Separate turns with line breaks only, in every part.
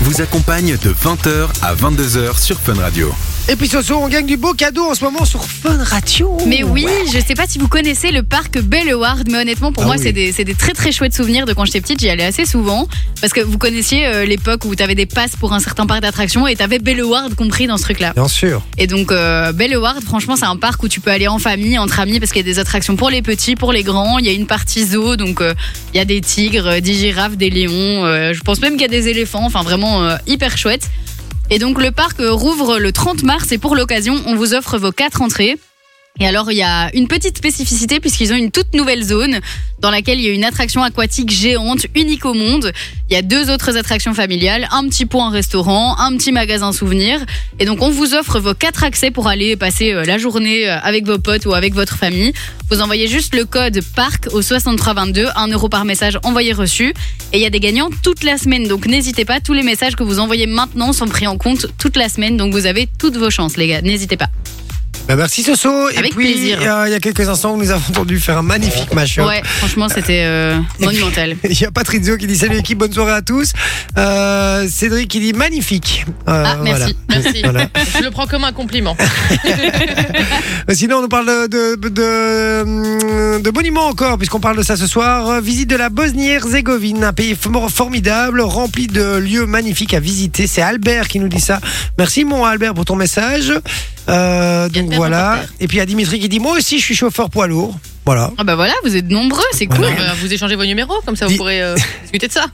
vous accompagne de 20h à 22h sur Fun Radio.
Et puis Soso, on gagne du beau cadeau en ce moment sur Fun Radio.
Mais oui, je sais pas si vous connaissez le parc Belleward, mais honnêtement, pour
Ah
moi,
oui.
c'est des, c'est des très très chouettes souvenirs de quand j'étais petite. J'y allais assez souvent. Parce que vous connaissiez euh, l'époque où t'avais des passes pour un certain parc d'attractions et t'avais Belleward compris dans ce truc-là.
Bien sûr.
Et donc, euh, Belleward, franchement, c'est un parc où tu peux aller en famille, entre amis, parce qu'il y a des attractions pour les petits, pour les grands. Il y a une partie zoo, donc euh, il y a des tigres, euh, des girafes, des lions. euh, je pense même qu'il y a des éléphants. Enfin, vraiment euh, hyper chouette. Et donc, le parc euh, rouvre le 30 mars et pour l'occasion, on vous offre vos quatre entrées. Et alors, il y a une petite spécificité puisqu'ils ont une toute nouvelle zone dans laquelle il y a une attraction aquatique géante unique au monde. Il y a deux autres attractions familiales, un petit point restaurant, un petit magasin souvenir. Et donc, on vous offre vos quatre accès pour aller passer euh, la journée euh, avec vos potes ou avec votre famille. Vous envoyez juste le code PARC au 6322, 1 euro par message envoyé reçu. Et il y a des gagnants toute la semaine. Donc, n'hésitez pas, tous les messages que vous envoyez maintenant sont pris en compte toute la semaine. Donc, vous avez toutes vos chances, les gars. N'hésitez pas.
Bah, merci Soso. et
Avec
puis,
plaisir.
euh, il y a quelques instants, on nous a entendu faire un magnifique match
Ouais, franchement, c'était euh, monumental.
Il y a Patrizio qui dit salut équipe, bonne soirée à tous. Euh, Cédric qui dit magnifique. Euh,
Ah, merci, merci.
Voilà.
Je le prends comme un compliment.
Euh, Sinon, on nous parle de, de, de, de monuments encore, puisqu'on parle de ça ce soir. Euh, Visite de la Bosnie-Herzégovine, un pays for- formidable, rempli de lieux magnifiques à visiter. C'est Albert qui nous dit ça. Merci, mon Albert, pour ton message. Euh, donc
Albert,
voilà.
reporter.
Et puis il y a Dimitri qui dit Moi aussi, je suis chauffeur poids lourd. Voilà.
Ah bah voilà, vous êtes nombreux, c'est cool.
Bon, bah, vous échangez vos numéros, comme ça vous
Dis-
pourrez euh, discuter de ça.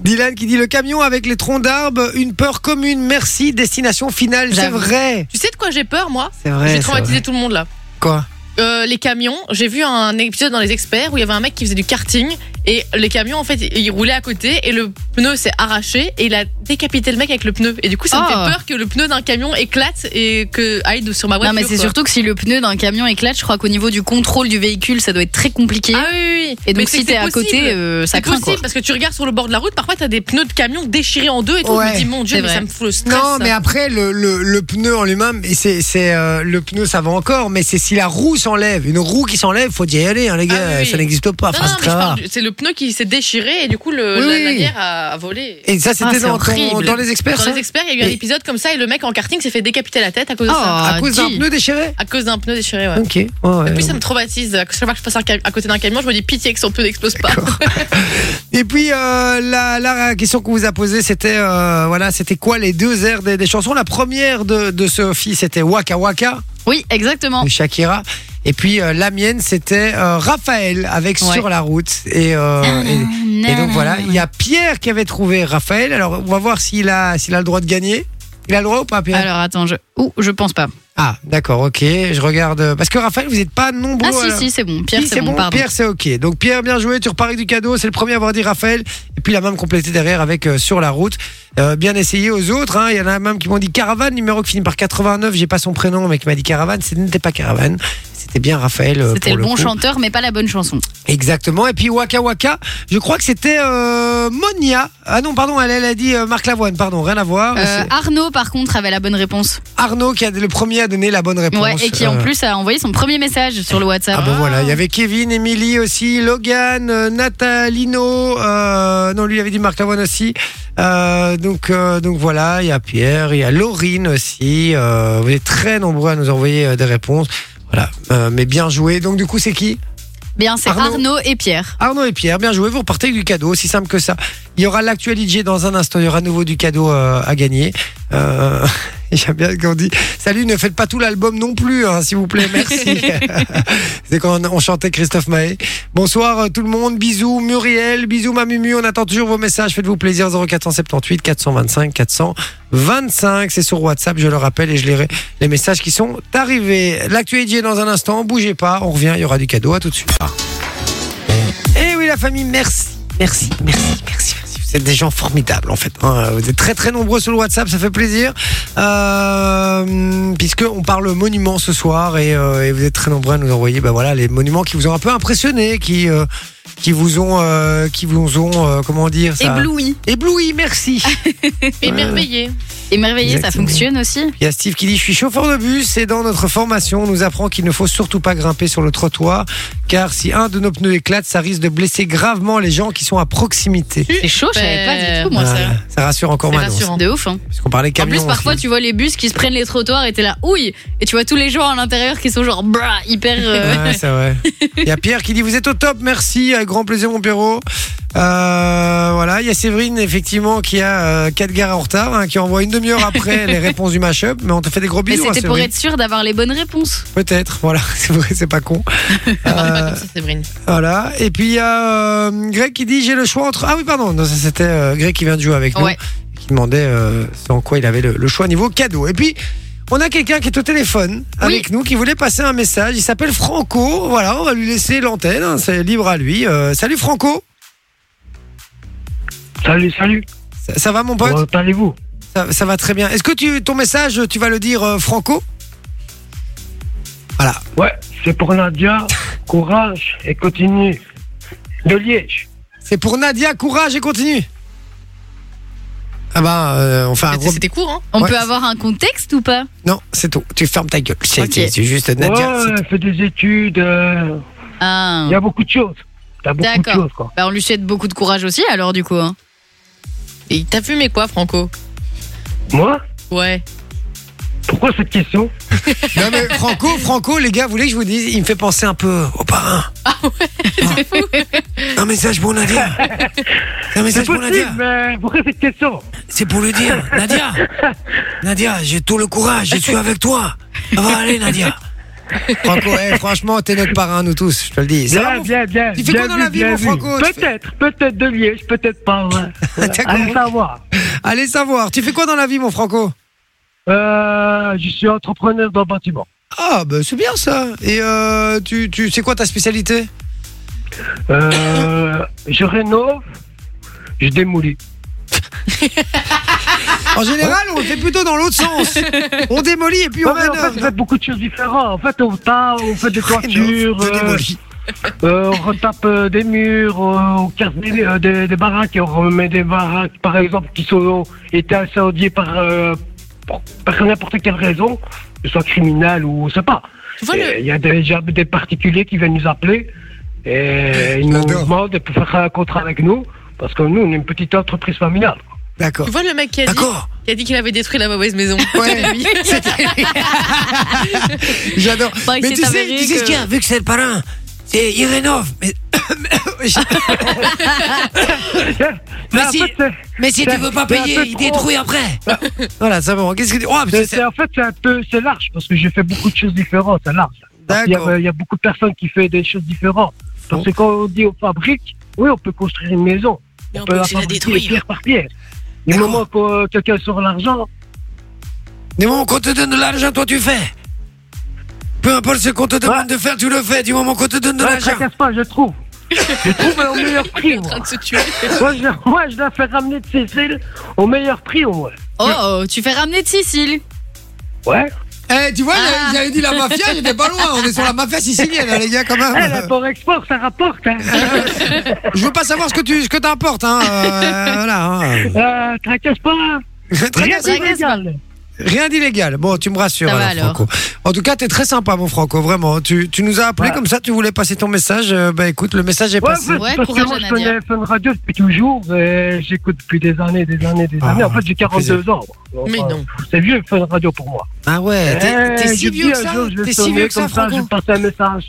Dylan qui dit Le camion avec les troncs d'arbres, une peur commune. Merci, destination finale. C'est
J'avoue.
vrai.
Tu sais de quoi j'ai peur, moi
C'est vrai.
Je vais
c'est
traumatiser
vrai.
tout le monde là.
Quoi
Euh, les camions, j'ai vu un épisode dans Les Experts où il y avait un mec qui faisait du karting et les camions en fait ils roulaient à côté et le pneu s'est arraché et il a décapité le mec avec le pneu et du coup ça me
Ah.
fait peur que le pneu d'un camion éclate et que aille de- sur ma
Non
voiture.
mais c'est
quoi.
surtout que si le pneu d'un camion éclate, je crois qu'au niveau du contrôle du véhicule, ça doit être très compliqué.
Ah oui, oui, oui.
Et
Mais
donc
c'est
si
que
t'es
c'est
à
possible.
côté, euh, ça
C'est
craint
possible
quoi.
parce que tu regardes sur le bord de la route, parfois t'as des pneus de camion déchirés en deux et tout.
Ouais.
Je me dis mon dieu,
C'est
mais
vrai.
ça me fout le stress.
Non,
ça.
mais après, le, le, le pneu en lui-même, et c'est, c'est, euh, le pneu, ça va encore, mais c'est si la roue s'enlève, une roue qui s'enlève, faut y aller, hein, les gars,
Ah oui, oui.
ça n'existe pas.
Non,
enfin,
non,
c'est
mais je
très
parle
rare.
du- c'est le pneu qui s'est déchiré et du coup le,
Oui,
la,
oui.
la guerre a, a volé.
Et ça,
Ah,
c'était
c'est
dans, ton-
horrible.
dans les experts,
Dans
ça
les experts, il y a eu un
Et- Oh,
épisode comme ça et le mec en karting s'est fait décapiter la tête à cause de ça.
Ah,
À cause d'un
dis.
pneu déchiré
À cause d'un pneu déchiré, ouais.
Ok. ouais, ouais.
Et puis ça me traumatise. Chaque fois que je passe un cam- à côté d'un camion, je me dis pitié que son pneu n'explose pas.
Et puis, euh, la, la question qu'on vous a posée, c'était euh, voilà, c'était quoi les deux airs des, des chansons La première de, de Sophie, c'était Waka Waka
Oui, exactement.
de Shakira. Et puis, euh, la mienne, c'était euh, Raphaël avec
Ouais. Ah,
Sur la route. Et, euh, et- Et donc voilà, il y a Pierre qui avait trouvé Raphaël. Alors on va voir s'il a, s'il a le droit de gagner. Il a le droit ou pas, Pierre
Alors attends, je Ouh, je pense pas.
Ah, d'accord, ok. Je regarde. Parce que Raphaël, vous n'êtes pas nombreux.
Ah si
alors.
si, c'est bon. Pierre,
Si,
c'est bon, pardon.
Pierre, c'est ok. Donc Pierre, bien joué. Tu repars avec du cadeau. C'est le premier à avoir dit Raphaël. Et puis la même complétée derrière avec euh, Sur la route. Euh, bien essayé aux autres. hein. Il y en a même qui m'ont dit Caravane, numéro qui finit par 89. J'ai pas son prénom, mais qui m'a dit Caravane. Ce n'était pas Caravane. C'était bien Raphaël. euh,
C'était
pour
le bon
coup.
chanteur, mais pas la bonne chanson.
Exactement. Et puis Waka Waka, je crois que c'était euh, Monia. Ah non, pardon, elle, elle a dit euh, Marc Lavoine, pardon, rien à voir.
Euh,
Ah, bah, C'est
Arnaud, par contre, avait la bonne réponse.
Arnaud qui a le premier à donner la bonne réponse.
Ouais, et qui en
Euh,
plus a envoyé son premier message sur le WhatsApp.
Ah ben voilà, il y avait Kevin, Emily aussi, Logan, euh, Natalino, euh, non lui il avait dit Marc Lavoine aussi. Euh, donc euh, donc voilà, il y a Pierre, il y a Laurine aussi. Euh, vous êtes très nombreux à nous envoyer euh, des réponses. Voilà, Euh, mais bien joué. Donc du coup c'est qui
Bien, c'est
Arnaud.
Arnaud et Pierre.
Arnaud et Pierre, bien joué, vous repartez avec du cadeau, aussi simple que ça. Il y aura l'actualité dans un instant, il y aura à nouveau du cadeau euh, à gagner. Euh, J'aime bien qu'on dit Salut, ne faites pas tout l'album non plus, hein, s'il vous plaît, merci. C'est quand on, on chantait Christophe Mahé. Bonsoir euh, tout le monde, bisous Muriel, bisous Mamumu, on attend toujours vos messages, faites-vous plaisir 0478 425 425, c'est sur WhatsApp, je le rappelle, et je lirai les messages qui sont arrivés. L'actualité est dans un instant, bougez pas, on revient, il y aura du cadeau, à tout de suite. Eh oui, la famille, merci, merci, merci, merci, merci. Vous êtes des gens formidables, en fait. hein. Vous êtes très, très nombreux sur le WhatsApp, ça fait plaisir. Euh, Puisqu'on parle monuments ce soir et, euh, et vous êtes très nombreux à nous envoyer ben voilà, les monuments qui vous ont un peu impressionné, qui, euh, qui vous ont, euh, qui vous ont euh, comment dire ça
Ébloui.
Ébloui, merci.
Émerveillé.
Émerveillé, ça
Exactement.
fonctionne aussi.
Il y a Steve qui dit Je suis chauffeur de bus et dans notre formation, on nous apprend qu'il ne faut surtout pas grimper sur le trottoir car si un de nos pneus éclate, ça risque de blesser gravement les gens qui sont à proximité.
C'est chaud, je savais pas du tout, moi,
Voilà.
ça.
ça rassure encore
C'est
Manon.
rassurant.
Euh, De ouf. hein.
Parce qu'on parlait
En
camion.
plus, parfois,
aussi.
tu vois les bus qui se prennent les trottoirs et t'es là, ouille Et tu vois tous les gens à l'intérieur qui sont genre, brah, hyper. euh,
Ouais, c'est vrai. Il y a Pierre qui dit Vous êtes au top, merci, avec grand plaisir, mon Pierrot. Euh, voilà, il y a Séverine, effectivement, qui a euh, quatre gares en retard, hein, qui envoie une demi-heure après les réponses du mashup, mais on te fait des gros
Mais
bisous. hein,
c'était pour
Séverine.
être sûr d'avoir les bonnes réponses.
Peut-être, voilà, c'est vrai, c'est pas con.
Ne parle
Euh,
pas comme ça, Séverine.
Voilà. Et puis il y a euh, Greg qui dit j'ai le choix entre. Ah oui, pardon. Non, ça c'était euh, Greg qui vient de jouer avec nous.
Ouais.
Qui demandait euh, ce en quoi il avait le, le choix niveau cadeau. Et puis. On a quelqu'un qui est au téléphone avec nous, qui voulait passer un message. Il s'appelle Franco. Voilà, on va lui laisser l'antenne. hein, c'est libre à lui. Euh, salut Franco.
Salut, salut.
Ça, ça va mon pote
Comment allez-vous
ça, ça va très bien. Est-ce que tu, ton message, tu vas le dire euh, Franco Voilà.
Ouais, c'est pour Nadia. Courage et continue. De Liège.
C'est pour Nadia. Courage et continue. Ah bah, euh, on fait un
C'était-
gros
C'était court, hein
On
Ouais.
peut avoir un contexte ou pas
Non, c'est tout. Tu fermes ta gueule. C'est
Ok.
c'est- c'est juste Nadia. c'est Hmm.
ouais,
tout.
elle fait des études. Il
Ah.
y a beaucoup de choses. T'as beaucoup de
D'accord.
choses, quoi.
Bah, on lui souhaite beaucoup de courage aussi, alors, du coup. hein.
Et T'as fumé quoi, Franco
Moi
Ouais.
Pourquoi cette question
Non mais Franco, Franco, les gars, vous voulez que je vous dise, il me fait penser un peu au parrain. Ah. Un message pour Nadia. Un
C'est
message pour
possible,
Nadia.
mais pourquoi cette question
C'est pour lui dire, Nadia. Nadia, j'ai tout le courage. Je suis avec toi. Ça va aller, Nadia. Franco, eh, franchement, t'es notre parrain, nous tous. Je te le dis. Ça va,
Bien,
mon
bien, bien.
Tu fais
bien
quoi dans
vu,
la vie,
bien
mon
vu.
Franco Tu fais-
Peut-être, peut-être de Liège, peut-être pas. Ouais.
D'accord.
Allez savoir.
Allez savoir. Tu fais quoi dans la vie, mon Franco
Euh, je suis entrepreneur dans le bâtiment.
Ah, bah c'est bien ça. Et euh, tu, tu, c'est quoi ta spécialité
Euh, je rénove, je démolis.
En général, on le fait plutôt dans l'autre sens. On démolit et puis on
Non, mais en fait,
rénove.
vous faites beaucoup de choses différentes. En fait, on, tape, on fait des toitures,
On
euh,
démolit.
euh, on retape euh, des murs, euh, on casse des, euh, des- des baraques et on remet des baraques, par exemple, qui sont été incendiées par, euh, pour- par n'importe quelle raison, que ce soit criminelle ou je sais pas.
Tu vois le.
Et Il y a déjà des particuliers qui viennent nous appeler et ils nous
J'adore.
demandent de faire un contrat avec nous parce que nous, on est une petite entreprise familiale.
D'accord.
Tu vois le mec qui a dit
D'accord.
qui a dit qu'il avait détruit la mauvaise maison.
Ouais. C'était- J'adore.
Bah, il
mais
s'est
tu sais,
avéré
tu sais ce
que-
qu'il y a, vu que c'est le parrain, c'est il rénove. Mais, mais,
Mais en
si,
fait, c'est-
mais si tu
c'est-
veux pas
c'est un
payer,
peu
il
trop.
détruit après. voilà, c'est bon. Qu'est-ce que tu. Oh, putain,
c'est- c'est- en fait, c'est un peu c'est large parce que j'ai fait beaucoup de choses différentes. C'est large. Parce qu'il y a- euh,
D'accord.
Il y, a beaucoup de personnes qui font des choses différentes. Parce que quand on dit on fabrique, oui, on peut construire une maison.
Mais on
peut
peut
la
aussi la
fabriquer
détruire.
pierre par pierre. Du
D'accord.
moment que euh, quelqu'un sort l'argent,
Du moment qu'on te donne de l'argent, toi tu fais. Peu importe ce qu'on te demande de faire, tu le fais. Du moment qu'on te donne de
ouais,
l'argent.
tracasse pas, je trouve. Je trouve mais au meilleur prix.
en train
Moi,
de se tuer.
moi je, moi, je la fais ramener de Cécile au meilleur prix, au moins.
Oh, oh, tu fais ramener de Sicile.
Oh
Ouais.
Eh, tu vois,
Ah.
j'avais dit la mafia, j'étais pas loin. On est sur la mafia sicilienne, hein, les gars, quand même.
Eh, la pour export, ça rapporte. Hein.
Je veux pas savoir ce que tu ce que t'importes, hein. euh, voilà. hein.
euh, tracasse pas. hein.
Très bien,
Rien
c'est-
d'illégal.
Rien d'illégal. Bon, tu me rassures,
Ça va
alors,
alors.
Franco. En tout cas, t'es très sympa, mon Franco. Vraiment, tu, tu nous as appelé
Ouais.
comme ça. Tu voulais passer ton message. euh, bah écoute, le message est
Bah. Ouais,
passé.
en fait,
Ouais,
parce
courage
que moi,
à
je
Nadia.
connais Fun Radio depuis toujours. et J'écoute depuis des années, des années, des
Ah,
années. En fait, j'ai 42 ans. moi.
Mais
Enfin,
non.
Eh
C'est vieux, Fun Radio, pour moi.
Ah ouais. T'es
Eh,
t'es si vieux
je dis
que
un
ça.
jour, je vais
T'es si
sonner
vieux que ça,
comme je
Franco.
vais passer un message.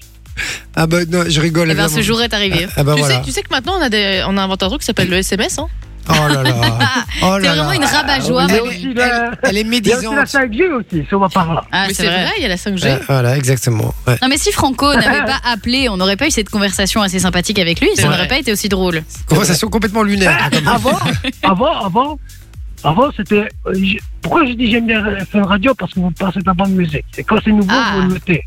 Ah bah non, je rigole.
Eh ben,
évidemment.
ce jour est arrivé.
Ah bah
tu,
voilà.
sais, tu sais que maintenant on a, des, on a inventé un truc qui s'appelle le SMS. Hein
Oh là là. Oh
T'es
là
vraiment
là. Ah
une rabat-joie,
Il y a
Manu.
aussi la-
Elle est
il y a aussi la
médisante.
5G aussi, si on va par là.
Ah,
Mais
c'est vrai.
il y a la 5G.
Ouais, voilà, exactement. Ouais.
Non mais si Franco n'avait pas appelé, on n'aurait pas eu cette conversation assez sympathique avec lui,
C'est
ça
vrai.
n'aurait pas été aussi drôle.
Conversation complètement lunaire.
Ah,
là, comme-
Avant, avant, avant, avant, c'était. euh, je- Pourquoi je dis j'aime bien Fun Radio Parce que vous passez de la bonne musique. Et quand c'est nouveau,
Ah.
vous le mettez.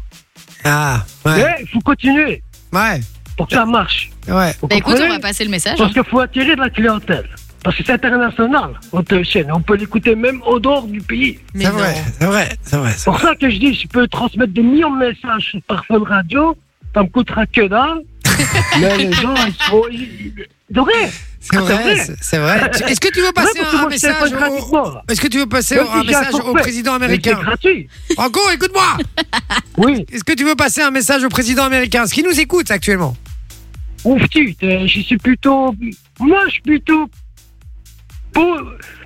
Ah ouais.
Mais il faut continuer
Ouais.
pour que ça marche.
Ouais.
Vous
Bah écoute, on
comprenez
va passer le message.
Parce qu'il faut attirer de la clientèle. Parce que c'est international, votre chaîne. On peut l'écouter même au dehors du pays.
Mais
C'est
non.
vrai. C'est vrai. C'est vrai.
C'est pour ça que je dis, je peux transmettre des millions de messages par Fun Radio. Ça me coûtera que dalle. Mais les gens, ils sont. Ils... ils- ils- ils-
C'est vrai,
vrai.
c'est- c'est vrai. Tu- Est-ce que tu veux
Ouais,
passer
parce que
Bah, un,
moi, je téléphone
message au...
gratuitement.
Est-ce que tu veux passer un
Même si j'ai un
message au
forfait.
président
Mais c'est
américain
gratuit.
Franco, écoute-moi
Oui.
Est-ce que tu veux passer un message au président américain Ce qui nous écoute actuellement.
Ouf, tu, euh, je suis plutôt. Moi, je suis plutôt. Pour,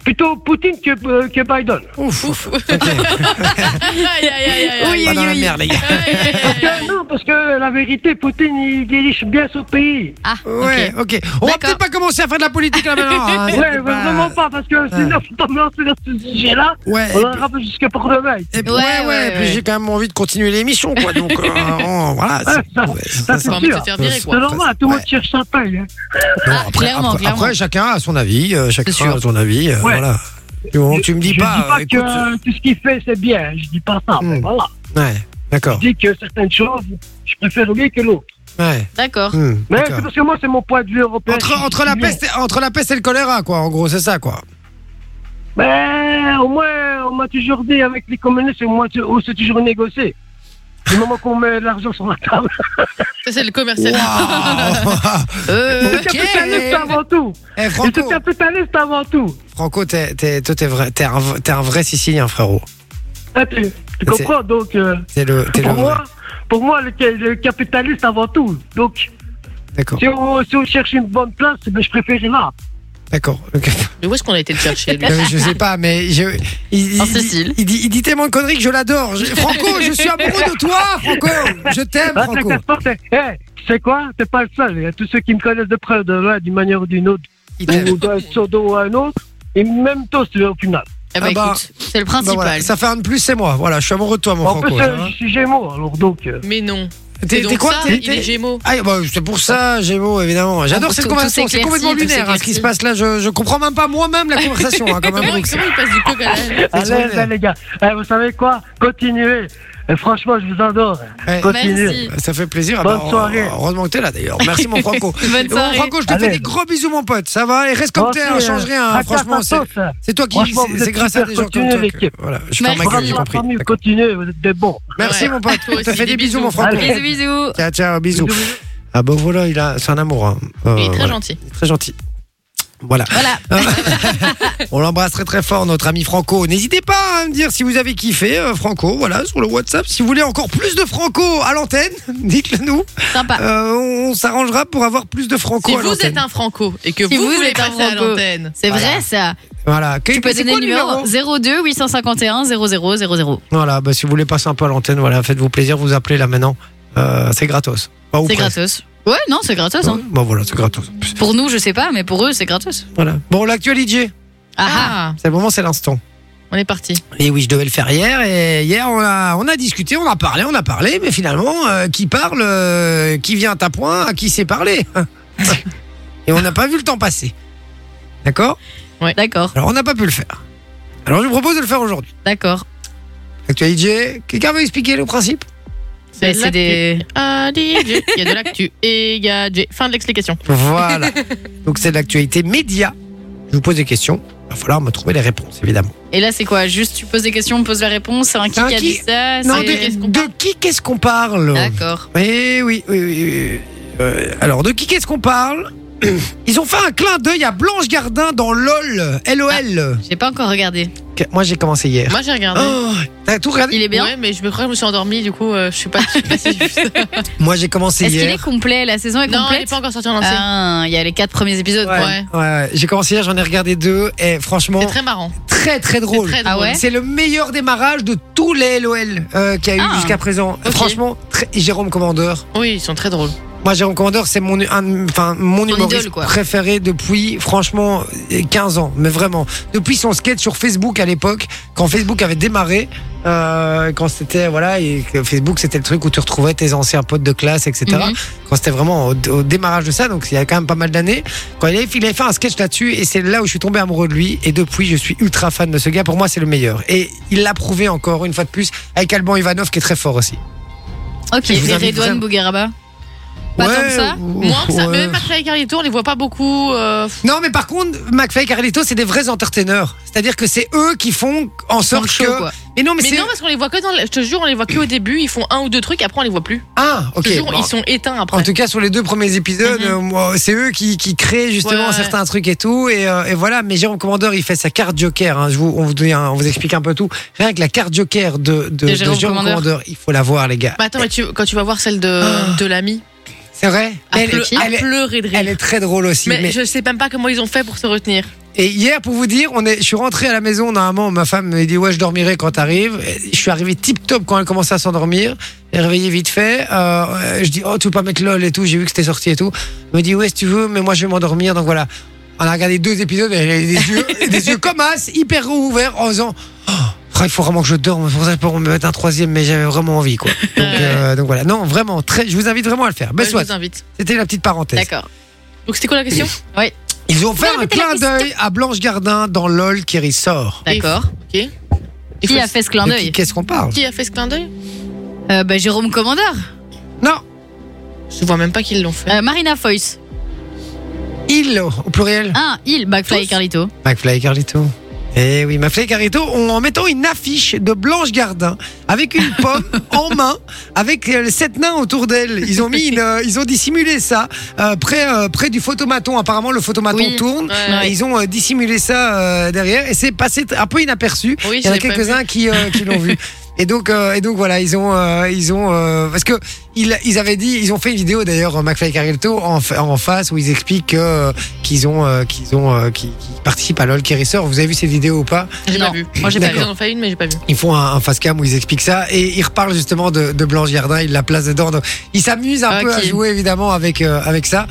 plutôt Poutine que, euh, que Biden.
Ouf,
Ouf.
Ok.
Aïe, aïe, aïe, aïe, aïe.
Oui,
Pas dans
oui,
la
oui.
merde, les gars.
Aïe, aïe, aïe,
Parce que, Ben non, parce que la vérité, Poutine, il dirige bien son pays.
Ah,
Ouais,
ok.
ok. On va
D'accord.
peut-être pas commencer à faire de la politique là maintenant. hein.
Ouais,
C'est Ah.
mais vraiment pas, parce que sinon, faut pas me lancer dans ce sujet-là.
Ouais.
On en rappelle jusqu'à pour demain.
Et puis, ouais,
Ouais,
ouais,
ouais,
et puis
ouais.
j'ai quand même envie de continuer l'émission, quoi. Donc, euh, on- voilà.
Ah, ça,
c'est-
ça,
Pas
c'est
envie de
sûr.
se faire virer, quoi.
C'est normal, tout le
Ouais.
monde cherche sa paille. hein.
Non,
Ah,
après,
clairement,
après-
clairement.
après, chacun a son avis. euh, chacun
sûr.
a son avis. euh,
Ouais.
Voilà. Du moment que tu me dis
je
pas.
dis pas
euh,
que
écoute,
euh, tout ce qu'il fait, c'est bien. Je dis pas ça,
Hmm.
mais voilà.
Ouais, d'accord.
euh, Je dis que certaines choses, je préfère mieux que l'autre.
Ouais.
D'accord.
hmm,
Mais
d'accord.
c'est parce que moi, c'est mon point de vue européen.
Entre, entre, la peste, et- entre la peste et le choléra, quoi, en gros, c'est ça, quoi.
Ben, au moins, on m'a toujours dit avec les communistes, au moins, tu- on s'est toujours négocié. Du moment qu'on met l'argent sur la table.
Ça, c'est le commercial.
Waouh
Euh,
C'est capitaliste avant tout.
Eh,
Et C'est
Franco,
capitaliste avant tout.
Franco t'es, t'es, toi, t'es, vrai, t'es, un, v- t'es un vrai Sicilien, frérot.
Hein, tu, tu
C'est-
comprends Donc, euh,
T'es le. T'es
pour,
le
moi, pour moi, le, ca- le capitaliste avant tout. Donc,
D'accord,
si on, si on cherche une bonne place, ben, je préfère là.
d'accord. ok.
Mais où est-ce qu'on a été le chercher, lui
Non, mais je sais pas, mais je, il, il-
En
il-
Sicile.
il dit, il dit tellement de conneries que je l'adore. Je- Franco, je suis amoureux de toi, Franco. Je t'aime,
Ah, t'inquiète
Franco.
pas, t'es- eh, tu sais quoi T'es pas le seul. Il y a tous ceux qui me connaissent de près, de loin, d'une manière ou d'une autre,
Il t'aime.
ou d'un pseudo ou un autre. Et même toi, c'est au final.
Ah bah,
Ah bah.
écoute.
C'est le
Bah
principal.
voilà, ça fait un de plus, c'est moi. Voilà, je suis amoureux de toi, mon
En
Franco.
plus,
ça
euh,
va
je suis Gémeaux, alors donc. euh,
Mais non.
T'es
Et donc
t'es quoi
ça,
t'es-
Il est
t'es-
gémeaux.
Ah, bah, c'est pour ça, Gémeaux, évidemment. J'adore
Tout-
cette
tout
conversation. C'est
s'éclaircit,
complètement
tout
lunaire hein, ce qui
s'éclaircit.
se passe là. Je, je comprends même pas moi-même la conversation, hein, quand même.
Comment,
donc c'est-
comment il passe du coq à l'âne
À
C'est
l'aise, hein, les gars. Eh, vous savez quoi Continuez. Eh, franchement, je vous adore.
Ouais.
Continuez.
Merci.
Ça fait plaisir.
Bonne
Ah bah,
soirée.
Heureusement que t'es là d'ailleurs. Merci mon Franco.
Bonne
Bon,
soirée.
Franco, je te
Allez. euh,
fais des gros bisous mon pote. Ça va Et reste comme
Comment
t'es, hein, change rien. hein. Franchement, c'est c'est toi qui
Franchement,
c'est-
vous
c'est
êtes
grâce à
super,
des gens comme
continuez
toi. que-
l'équipe.
voilà, je ferme ma
Merci.
gueule, j'ai compris. D'accord.
Continuez, vous êtes des bons.
Merci
Ouais.
mon pote.
Toi
Je te
aussi,
fais des
des
bisous
bisous.
mon Franco.
Allez.
Bisous, bisous.
Ciao, ciao, bisous.
Bisous.
Ah bon voilà, il a c'est un amour hein. Euh,
Il est très
voilà.
gentil.
très gentil. Voilà.
Voilà.
On l'embrasse très très fort, notre ami Franco. N'hésitez pas hein, à me dire si vous avez kiffé euh, Franco, voilà, sur le WhatsApp. Si vous voulez encore plus de Franco à l'antenne, dites-le nous.
Sympa.
Euh, on on s'arrangera pour avoir plus de Franco
Si
à
vous
l'antenne.
êtes un franco et que
Si
vous,
vous
voulez
êtes un
passer à
Franco.
l'antenne,
C'est
Voilà.
vrai ça.
Voilà. Que-
Tu peux
c'est
donner
quoi
le numéro 02 851 00 00.
Voilà, bah, si vous voulez passer un peu à l'antenne, voilà, faites-vous plaisir, vous appelez là maintenant. Euh, c'est gratos. Bah, ou
C'est
presque.
gratos. Ouais, non, c'est gratos. hein.
Ouais, bah, voilà, c'est gratos. Pff,
Pour nous, je sais pas, mais pour eux, c'est gratos.
Voilà. Bon, l'actualité,
Ah ah.
ah,
c'est le moment, c'est l'instant.
on est parti.
Et oui, je devais le faire hier. Et hier, on a, on a discuté, on a parlé, on a parlé, mais finalement, euh, qui parle, euh, qui vient à point, à qui s'est parlé. et on n'a pas vu le temps passer. D'accord
D'accord,
Alors, on n'a pas pu le faire. Alors, je vous propose de le faire aujourd'hui.
d'accord.
L'actualité, quelqu'un veut expliquer le principe
Mais
de
C'est des.
Ah, DJ. Il y a de l'actu et il y a J. Fin de l'explication.
Voilà. Donc c'est de l'actualité média. Je vous pose des questions. Il va falloir me trouver les réponses, évidemment.
Et là, c'est quoi Juste, tu poses des questions, on pose la réponse. C'est un qui qui
un
a
qui-
dit ça
Non,
c'est-
de, de qui qu'est-ce qu'on parle
Ah, D'accord.
Eh oui, oui, oui, oui. Euh, alors, de qui qu'est-ce qu'on parle Ils ont fait un clin d'œil à Blanche Gardin dans LOL. LOL.
J'ai pas encore regardé.
Ah, Que- Moi, j'ai commencé hier.
Moi, j'ai regardé.
Oh, T'as tout regardé
Il est bien
Ouais, mais je me crois que je me suis endormie, du coup, euh, je suis pas. je sais pas si je-
Moi, j'ai commencé
Est-ce qu'il
hier.
est complet La saison est
non, elle est
complète
pas encore sortie en entier.
Ah, Il y a les quatre premiers épisodes.
Ouais,
quoi.
ouais, ouais. j'ai commencé hier, j'en ai regardé deux. Et franchement,
C'est très marrant.
très, très
C'est
drôle.
très drôle.
Ah ouais
C'est le meilleur démarrage de tous les LOL euh, qu'il y a eu
Ah.
jusqu'à présent.
Ok.
Franchement, très- Jérôme Commandeur.
Oui, ils sont très drôles.
Moi, Jérôme Commandeur, c'est mon, un- enfin, mon humoriste
idole, quoi.
préféré depuis, franchement, 15 ans. Mais vraiment. Depuis son sketch sur Facebook à l'époque, quand Facebook avait démarré, euh, quand c'était, voilà, et que Facebook, c'était le truc où tu retrouvais tes anciens potes de classe, etc.
Mhm.
Quand c'était vraiment au, au démarrage de ça, donc il y a quand même pas mal d'années. Quand il avait, il avait fait un sketch là-dessus, et c'est là où je suis tombé amoureux de lui. Et depuis, je suis ultra fan de ce gars. Pour moi, c'est le meilleur. Et il l'a prouvé encore une fois de plus avec Alban Ivanov, qui est très fort aussi.
Ok,
Je vous
et
invite
Redouane
vraiment-
Bougueraba Pas tant que ça.
ou-
Moins que ça.
ouais.
Mais même McFly et Carlito, on les voit pas beaucoup. euh,
Non, mais par contre, McFly et Carlito, c'est des vrais entertainers. C'est-à-dire que c'est eux qui font en
Dans
sorte
le show,
que.
quoi.
Mais non, mais,
Mais
c'est.
non, parce qu'on les voit que dans. le- Je te jure, on les voit que au début. Ils font un ou deux trucs, après on les voit plus.
Ah, ok.
Je te jure,
Bon.
ils sont éteints
En
après.
tout cas, sur les deux premiers épisodes,
Mhm.
euh, moi, c'est eux qui, qui créent justement
Ouais, ouais.
certains trucs et tout. Et, euh, et voilà, mais Jérôme Commandeur, il fait sa carte Joker. hein. Je vous, on, vous donne un- on vous explique un peu tout. Rien que la carte Joker de, de, de Jérôme Commandeur. il faut la voir, les gars.
Bah attends, mais tu- quand tu vas voir celle
Ah.
de, de l'ami,
C'est vrai
à,
elle,
pleu-
est-
à
elle est-
pleurer de rire.
elle est très drôle aussi.
Bah, mais,
mais-
je sais même pas comment ils ont fait pour se retenir.
Et hier, pour vous dire, on est, je suis rentré à la maison. Normalement, ma femme me dit ouais, je dormirai quand t'arrives. Et Je suis arrivé tip top quand elle commençait à s'endormir. Elle est réveillée vite fait. Euh, je dis oh, tu peux pas mettre lol et tout. J'ai vu que c'était sorti et tout. Elle me dit ouais, si tu veux, mais moi je vais m'endormir. Donc voilà, on a regardé deux épisodes. Elle avait des yeux, des yeux comme as, hyper ouverts, en disant Oh, ah, il faut vraiment que je dorme. C'est pour ça que je pourrais me mettre un troisième, mais j'avais vraiment envie quoi. Donc, euh, donc voilà, non vraiment, très. Je vous invite vraiment à le faire. Ben,
Ouais, Euh, je
soit,
vous invite.
c'était la petite parenthèse.
D'accord.
Donc c'était quoi la question
Ils ont fait un
répéter la
clin d'œil à Blanche Gardin dans LOL qui ressort.
D'accord.
Ok. Il faut-
Qui a fait ce clin
De qui-
d'œil
Qu'est-ce qu'on parle
Qui a fait ce clin d'œil
Euh, bah, Jérôme Commandeur.
Non,
Je vois même pas qu'ils l'ont
Ah.
fait.
Euh, Marina Foyce.
ils au
Ah.
pluriel.
Un, Ah, il, McFly et Carlito.
McFly et Carlito. Eh oui, McFly et Carlito ont- en mettant une affiche de Blanche Gardin avec une pomme en main, avec euh, les sept nains autour d'elle. Ils ont mis, une, euh, ils ont dissimulé ça euh, près euh, près du photomaton. Apparemment, le photomaton
Oui,
tourne.
ouais, ouais.
Et Ils ont euh, dissimulé ça euh, derrière et c'est passé t- un peu inaperçu.
Oui,
Il y en a
je l'ai pas
quelques-uns qui, euh, qui l'ont vu. Et donc, euh, et donc voilà, ils ont, euh, ils ont, euh, parce que ils, ils avaient dit, ils ont fait une vidéo d'ailleurs, euh, McFly et Carlito en, fa- en face où ils expliquent que, euh, qu'ils ont, euh, qu'ils ont, euh, qu'ils, qu'ils participent à LOL qui ressort. Vous avez vu cette vidéo ou pas
J'ai
Non.
pas vu.
Moi, j'ai pas
Ils
vu.
en ont fait une, mais j'ai pas vu.
Ils font un, un face cam où ils expliquent ça et ils reparlent justement de, de Blanche Gardin. Ils la placent dedans. Donc, ils s'amusent un
Ok.
peu à jouer évidemment avec euh, avec ça.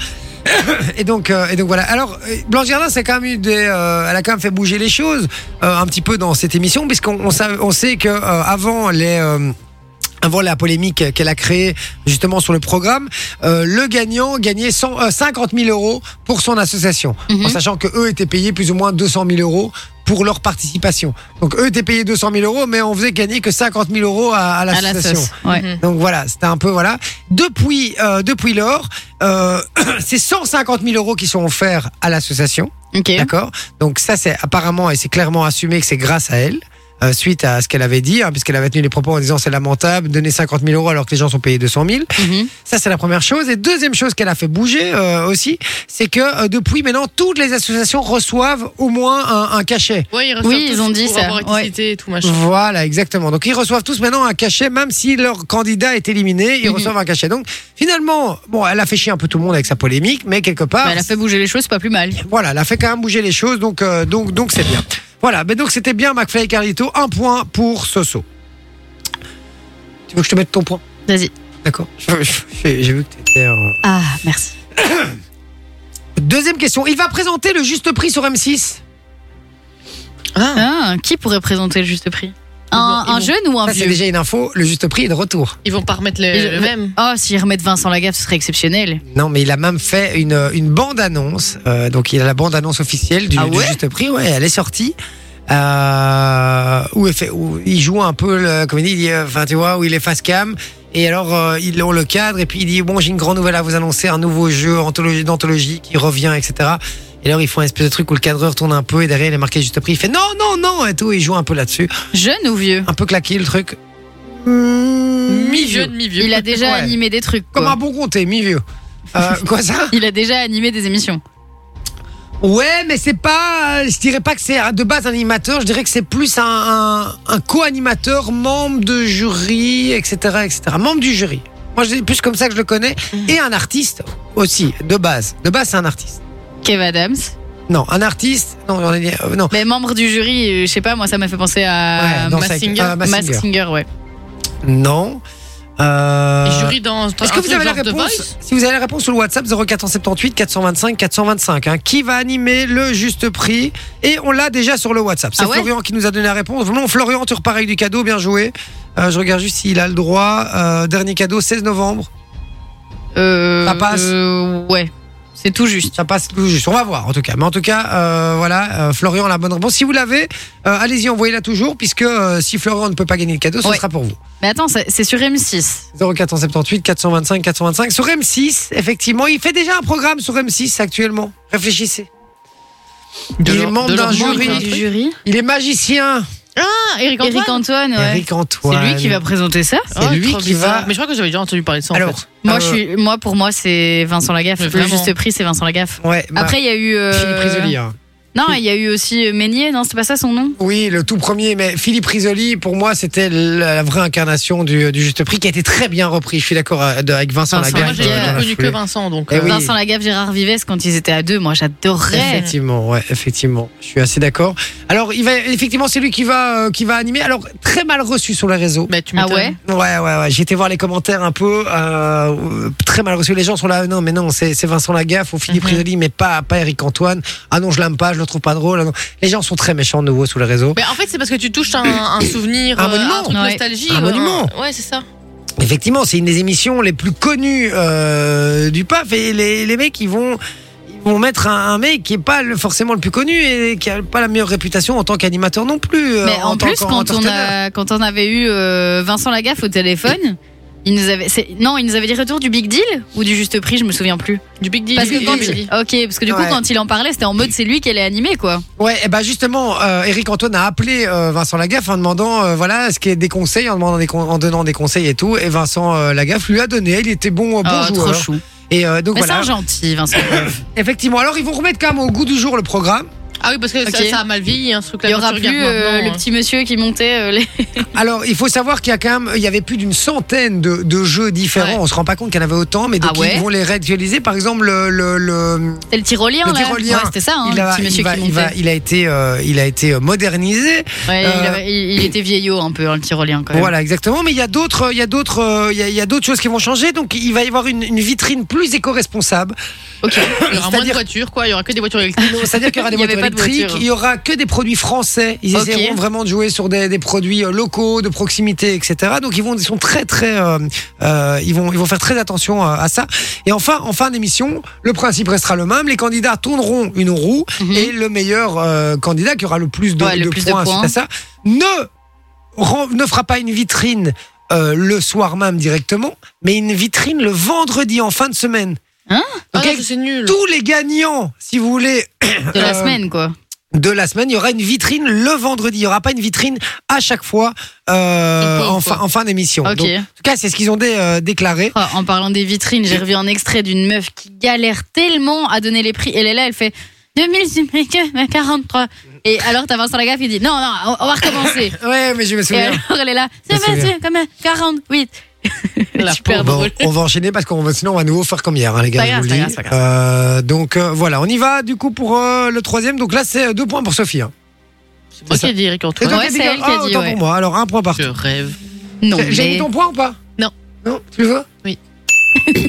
Et donc, euh, et donc voilà. Alors, euh, Blanche Gardin, c'est quand même eu des, euh, elle a quand même fait bouger les choses euh, un petit peu dans cette émission, puisqu'on on sa- on sait que euh, avant les euh, avant la polémique qu'elle a créée justement sur le programme, euh, le gagnant gagnait 100, euh, 50 000 euros pour son association,
Mhm.
en sachant que eux étaient payés plus ou moins 200 000 euros pour leur participation. Donc eux étaient payés 200 000 euros, mais on faisait gagner que 50 000 euros à, à
À la
l'association.
sauce. Ouais.
Mhm.
Donc voilà, c'était un peu voilà. Depuis euh, depuis lors, euh, c'est 150 000 euros qui sont offerts à l'association,
Ok.
Mm-hmm. d'accord. Donc ça c'est apparemment et c'est clairement assumé que c'est grâce à elle. euh, suite à ce qu'elle avait dit, hein, puisqu'elle avait tenu les propos en disant c'est lamentable, donner 50 000 euros alors que les gens sont payés 200 000.
Mhm.
Ça, c'est la première chose. Et deuxième chose qu'elle a fait bouger euh, aussi, c'est que euh, depuis maintenant, toutes les associations reçoivent au moins un, un cachet.
Ouais, ils,
Oui, ils ont dit
pour
ça,
avoir été
ouais.
cités et tout machin.
Voilà, exactement. Donc ils reçoivent tous maintenant un cachet, même si leur candidat est éliminé, ils
Mhm.
reçoivent un cachet. Donc finalement, bon, elle a fait chier un peu tout le monde avec sa polémique, mais quelque part,
Bah, elle a fait bouger les choses, c'est pas plus mal.
voilà, elle a fait quand même bouger les choses, donc euh, donc donc c'est bien. Voilà, mais donc c'était bien McFly et Carlito, un point pour Soso. Tu veux que je te mette ton point
Vas-y.
D'accord. Je- je- J'ai j'ai vu que t'étais. euh,
Ah, merci.
Deuxième question. Il va présenter le juste prix sur M6.
Ah.
Ah, qui pourrait présenter le juste prix un,
Ils vont-
un
ils
jeune ou un
Ça, c'est
vieux
déjà une info. Le juste prix est de retour.
Ils vont pas remettre
Et je-
les, le même.
Oh, s'ils remettent Vincent Lagaffe, ce serait exceptionnel.
Non, mais il a même fait une, une bande-annonce. Euh, donc, il a la bande-annonce officielle du,
Ah
du
ouais
juste prix. Ouais, elle est sortie. Euh, où, il fait- où il joue un peu, le, comme il dit, il dit, euh, enfin, tu vois, où il est face cam. Et alors, euh, il on le cadre. Et puis, il dit Bon, j'ai une grande nouvelle à vous annoncer, un nouveau jeu anthologie d'anthologie qui revient, etc. Et alors, ils font un espèce de truc où le cadreur tourne un peu et derrière, il est marqué juste prix. Il fait Non, non, non, et tout. Il joue un peu là-dessus.
Jeune ou vieux
Un peu claqué, le truc.
Hmm.
Mi-vieux, de mi-vieux.
Il a déjà
Ouais.
animé des trucs.
Comme
quoi.
un bon comté, mi-vieux. Euh, quoi ça
Il a déjà animé des émissions.
Ouais, mais c'est pas. euh, Je dirais pas que c'est de base un animateur. Je dirais que c'est plus un, un, un co-animateur, membre de jury, etc., etc. Membre du jury. Moi, c'est plus comme ça que je le connais.
Mhm.
Et un artiste aussi, de base. De base, c'est un artiste.
Kev Adams.
Non, un artiste. Non, j'en ai dit. euh, non.
Mais membre du jury, euh, je sais pas, moi ça m'a fait penser à
Ouais,
Mask
non, c'est-
Mazinger.
euh, Mazinger.
Mask Singer, ouais.
Non. Euh,
Et jury dans. dans
Est-ce
un
que vous
truc
avez la
genre The
réponse
Voice
Si vous avez la réponse sur le WhatsApp 0478 425 425, hein. qui va animer le juste prix Et on l'a déjà sur le WhatsApp. C'est
Ah ouais
Florian qui nous a donné la réponse. Non, Florian, tu repars avec du cadeau, bien joué. Euh, je regarde juste s'il a le droit. Euh, dernier cadeau, 16 novembre.
Euh,
Ça passe.
euh, ouais. C'est tout juste.
Ça passe tout juste. On va voir en tout cas. Mais en tout cas, euh, voilà, euh, Florian a la bonne réponse. Si vous l'avez, euh, allez-y, envoyez-la toujours, puisque euh, si Florian ne peut pas gagner le cadeau, ce
Ouais.
sera pour vous.
Mais attends, c'est c'est sur M6.
0478 425 425 sur M6, effectivement. Il fait déjà un programme sur M6 actuellement. Réfléchissez.
De
il est
leur-
membre
de leur hein.
d'un
membre,
jury.
il fait un
Du jury.
Il est magicien.
Ah, Eric Antoine.
Eric Antoine, ouais.
Eric Antoine.
C'est lui qui va présenter ça
C'est
Ah,
lui
trop
qui
bizarre.
va.
Mais je crois que j'avais déjà entendu parler de ça. en
Alors,
fait.
moi,
euh,
je suis, moi, pour moi, c'est Vincent Lagaffe.
Mais
Le
vraiment.
juste prix, c'est Vincent Lagaffe.
Ouais, bah,
Après, il y a eu. euh,
Philippe Risoli. hein.
Non, il y a eu aussi Meignier, non, c'était pas ça son nom
Oui, le tout premier, mais Philippe Risoli, pour moi, c'était la, la vraie incarnation du, du juste prix qui a été très bien repris. Je suis d'accord euh, de- avec Vincent,
Vincent
Enfin, moi,
Lagarde.
j'ai
Lagaffe,
euh, dans la
connu que
foulée.
Vincent, donc.
Eh
euh,
oui.
Vincent Lagaffe, Gérard Vives, quand ils étaient à deux, moi, j'adorais.
Effectivement, ouais, effectivement, je suis assez d'accord. Alors, il va effectivement, c'est lui qui va euh, qui va animer. Alors, très mal reçu sur les réseaux.
Bah, tu
Ah
m'étonnes.
ouais
Ouais, ouais, ouais. J'ai été voir les commentaires un peu euh, euh, très mal reçus. Les gens sont là, non, mais non, c'est c'est Vincent Lagaffe ou Philippe
Mhm.
Risoli, mais pas pas Eric Antoine. Ah non, je l'aime pas, je le trouve pas drôle. Ah non. Les gens sont très méchants de nouveau sur les réseaux.
Mais en fait, c'est parce que tu touches un, un souvenir,
Un
euh,
monument.
un truc
Ouais.
nostalgie.
Un
ouais,
monument.
Ouais, c'est ça.
Effectivement, c'est une des émissions les plus connues euh, du PAF et les, les mecs ils vont ils vont mettre un, un mec qui est pas le- forcément le plus connu et qui a pas la meilleure réputation en tant qu'animateur non plus. euh,
Mais en,
tant
plus, quand on,
qu'entrepreneur.
a, quand on avait eu euh, Vincent Lagaffe au téléphone, il nous avait, c'est- non, il nous avait dit retour du Big Deal ou du juste prix, je me souviens plus.
Du Big Deal.
Parce que
du
quand
Big Deal.
il- ok, parce que du coup,
Ouais.
quand il en parlait, c'était en mode c'est lui qui allait animer, quoi.
Ouais, et ben justement, euh, Eric Antoine a appelé euh, Vincent Lagaffe en demandant, euh, voilà, ce qui est des conseils, en, demandant des con- en donnant des conseils et tout. Et Vincent euh, Lagaffe lui a donné, il était bon, euh, bon
Ah, trop
joueur.
chou.
Et euh, donc
Mais
voilà.
c'est un gentil, Vincent.
Effectivement, alors ils vont remettre quand même au goût du jour le programme.
Ah oui, parce que
Ok.
ça, ça a mal vieilli, hein, ce truc-là.
Il y
quand
aura
tu
plus
regardes
euh,
maintenant,
le
hein.
petit monsieur qui montait euh, les.
Alors, il faut savoir qu'il y a quand même, il y avait plus d'une centaine de, de jeux différents.
Ouais.
On se rend pas compte qu'il y en avait autant, mais donc
Ah ouais
ils vont les réactualiser. Par exemple, le, le, le-
C'était le tyrolien,
Le
là.
tyrolien.
Ouais, c'était ça, hein,
il,
le
a,
petit monsieur
il va-
qui
il
montait.
va- il a été, euh, il a été euh, modernisé.
Ouais,
Euh,
il, avait- il- il était vieillot un peu, hein, le tyrolien, quand même.
Voilà, exactement. Mais il y a d'autres, il y a d'autres, euh, il y a, il y a d'autres choses qui vont changer. Donc, il va y avoir une, une vitrine plus éco-responsable.
Ok.
Il y aura moins de
C'est-à-dire-
voitures, quoi. Il y aura que des voitures électriques.
C'est-à-dire qu'il y aura des
Il y avait
voitures
pas de
électriques,
voiture.
il y aura que des produits français. Ils
Ok.
essaieront vraiment de jouer sur des, des produits euh, locaux, de proximité, etc. Donc ils vont, ils sont très, très, euh, euh, ils vont, ils vont faire très attention euh, à, à ça. Et enfin, en fin d'émission, le principe restera le même. Les candidats tourneront une roue
Mhm.
et le meilleur euh, candidat qui aura le plus de,
Ouais, le plus de
points,
points.
suite à ça ne ren- ne fera pas une vitrine. euh, le soir même directement, mais une vitrine le vendredi en fin de semaine.
Hein
Ah
Donc,
non,
avec
ça, c'est nul.
tous les gagnants, si vous voulez,
De la
Euh,
semaine, quoi.
de la semaine. Il y aura une vitrine le vendredi. Il n'y aura pas une vitrine à chaque fois euh,
Au point,
en, fin,
quoi.
en fin d'émission.
Ok.
Donc, en tout cas, c'est ce qu'ils ont dé- euh, déclaré.
Oh, en parlant des vitrines, j'ai revu un extrait d'une meuf qui galère tellement à donner les prix. Elle est là, elle fait 2043. Et alors, t'as Vincent Lagaffe qui dit Non, non, on- on va recommencer.
Ouais, mais je me
Et
souviens.
alors, elle est là
Je me
C'est
souviens.
comme 48.
La
Super
Bon,
drôle.
on va enchaîner parce qu'on va sinon on va à nouveau faire comme hier, hein, les gars.
Pas
je
grave,
vous le
pas
dis.
grave, pas
Euh, donc euh, voilà, on y va du coup pour euh, le troisième. Donc là, c'est euh, deux points pour Sophie. hein.
C'est moi qui ai dit Eric
Et
Antoine.
toi,
Ouais,
Gabi,
c'est elle qui a
ah,
dit,
autant
ouais.
pour moi. Alors un point
Je
partout.
rêve.
Non,
J'ai mis
mais.
ton point ou pas
Non.
Non, tu le veux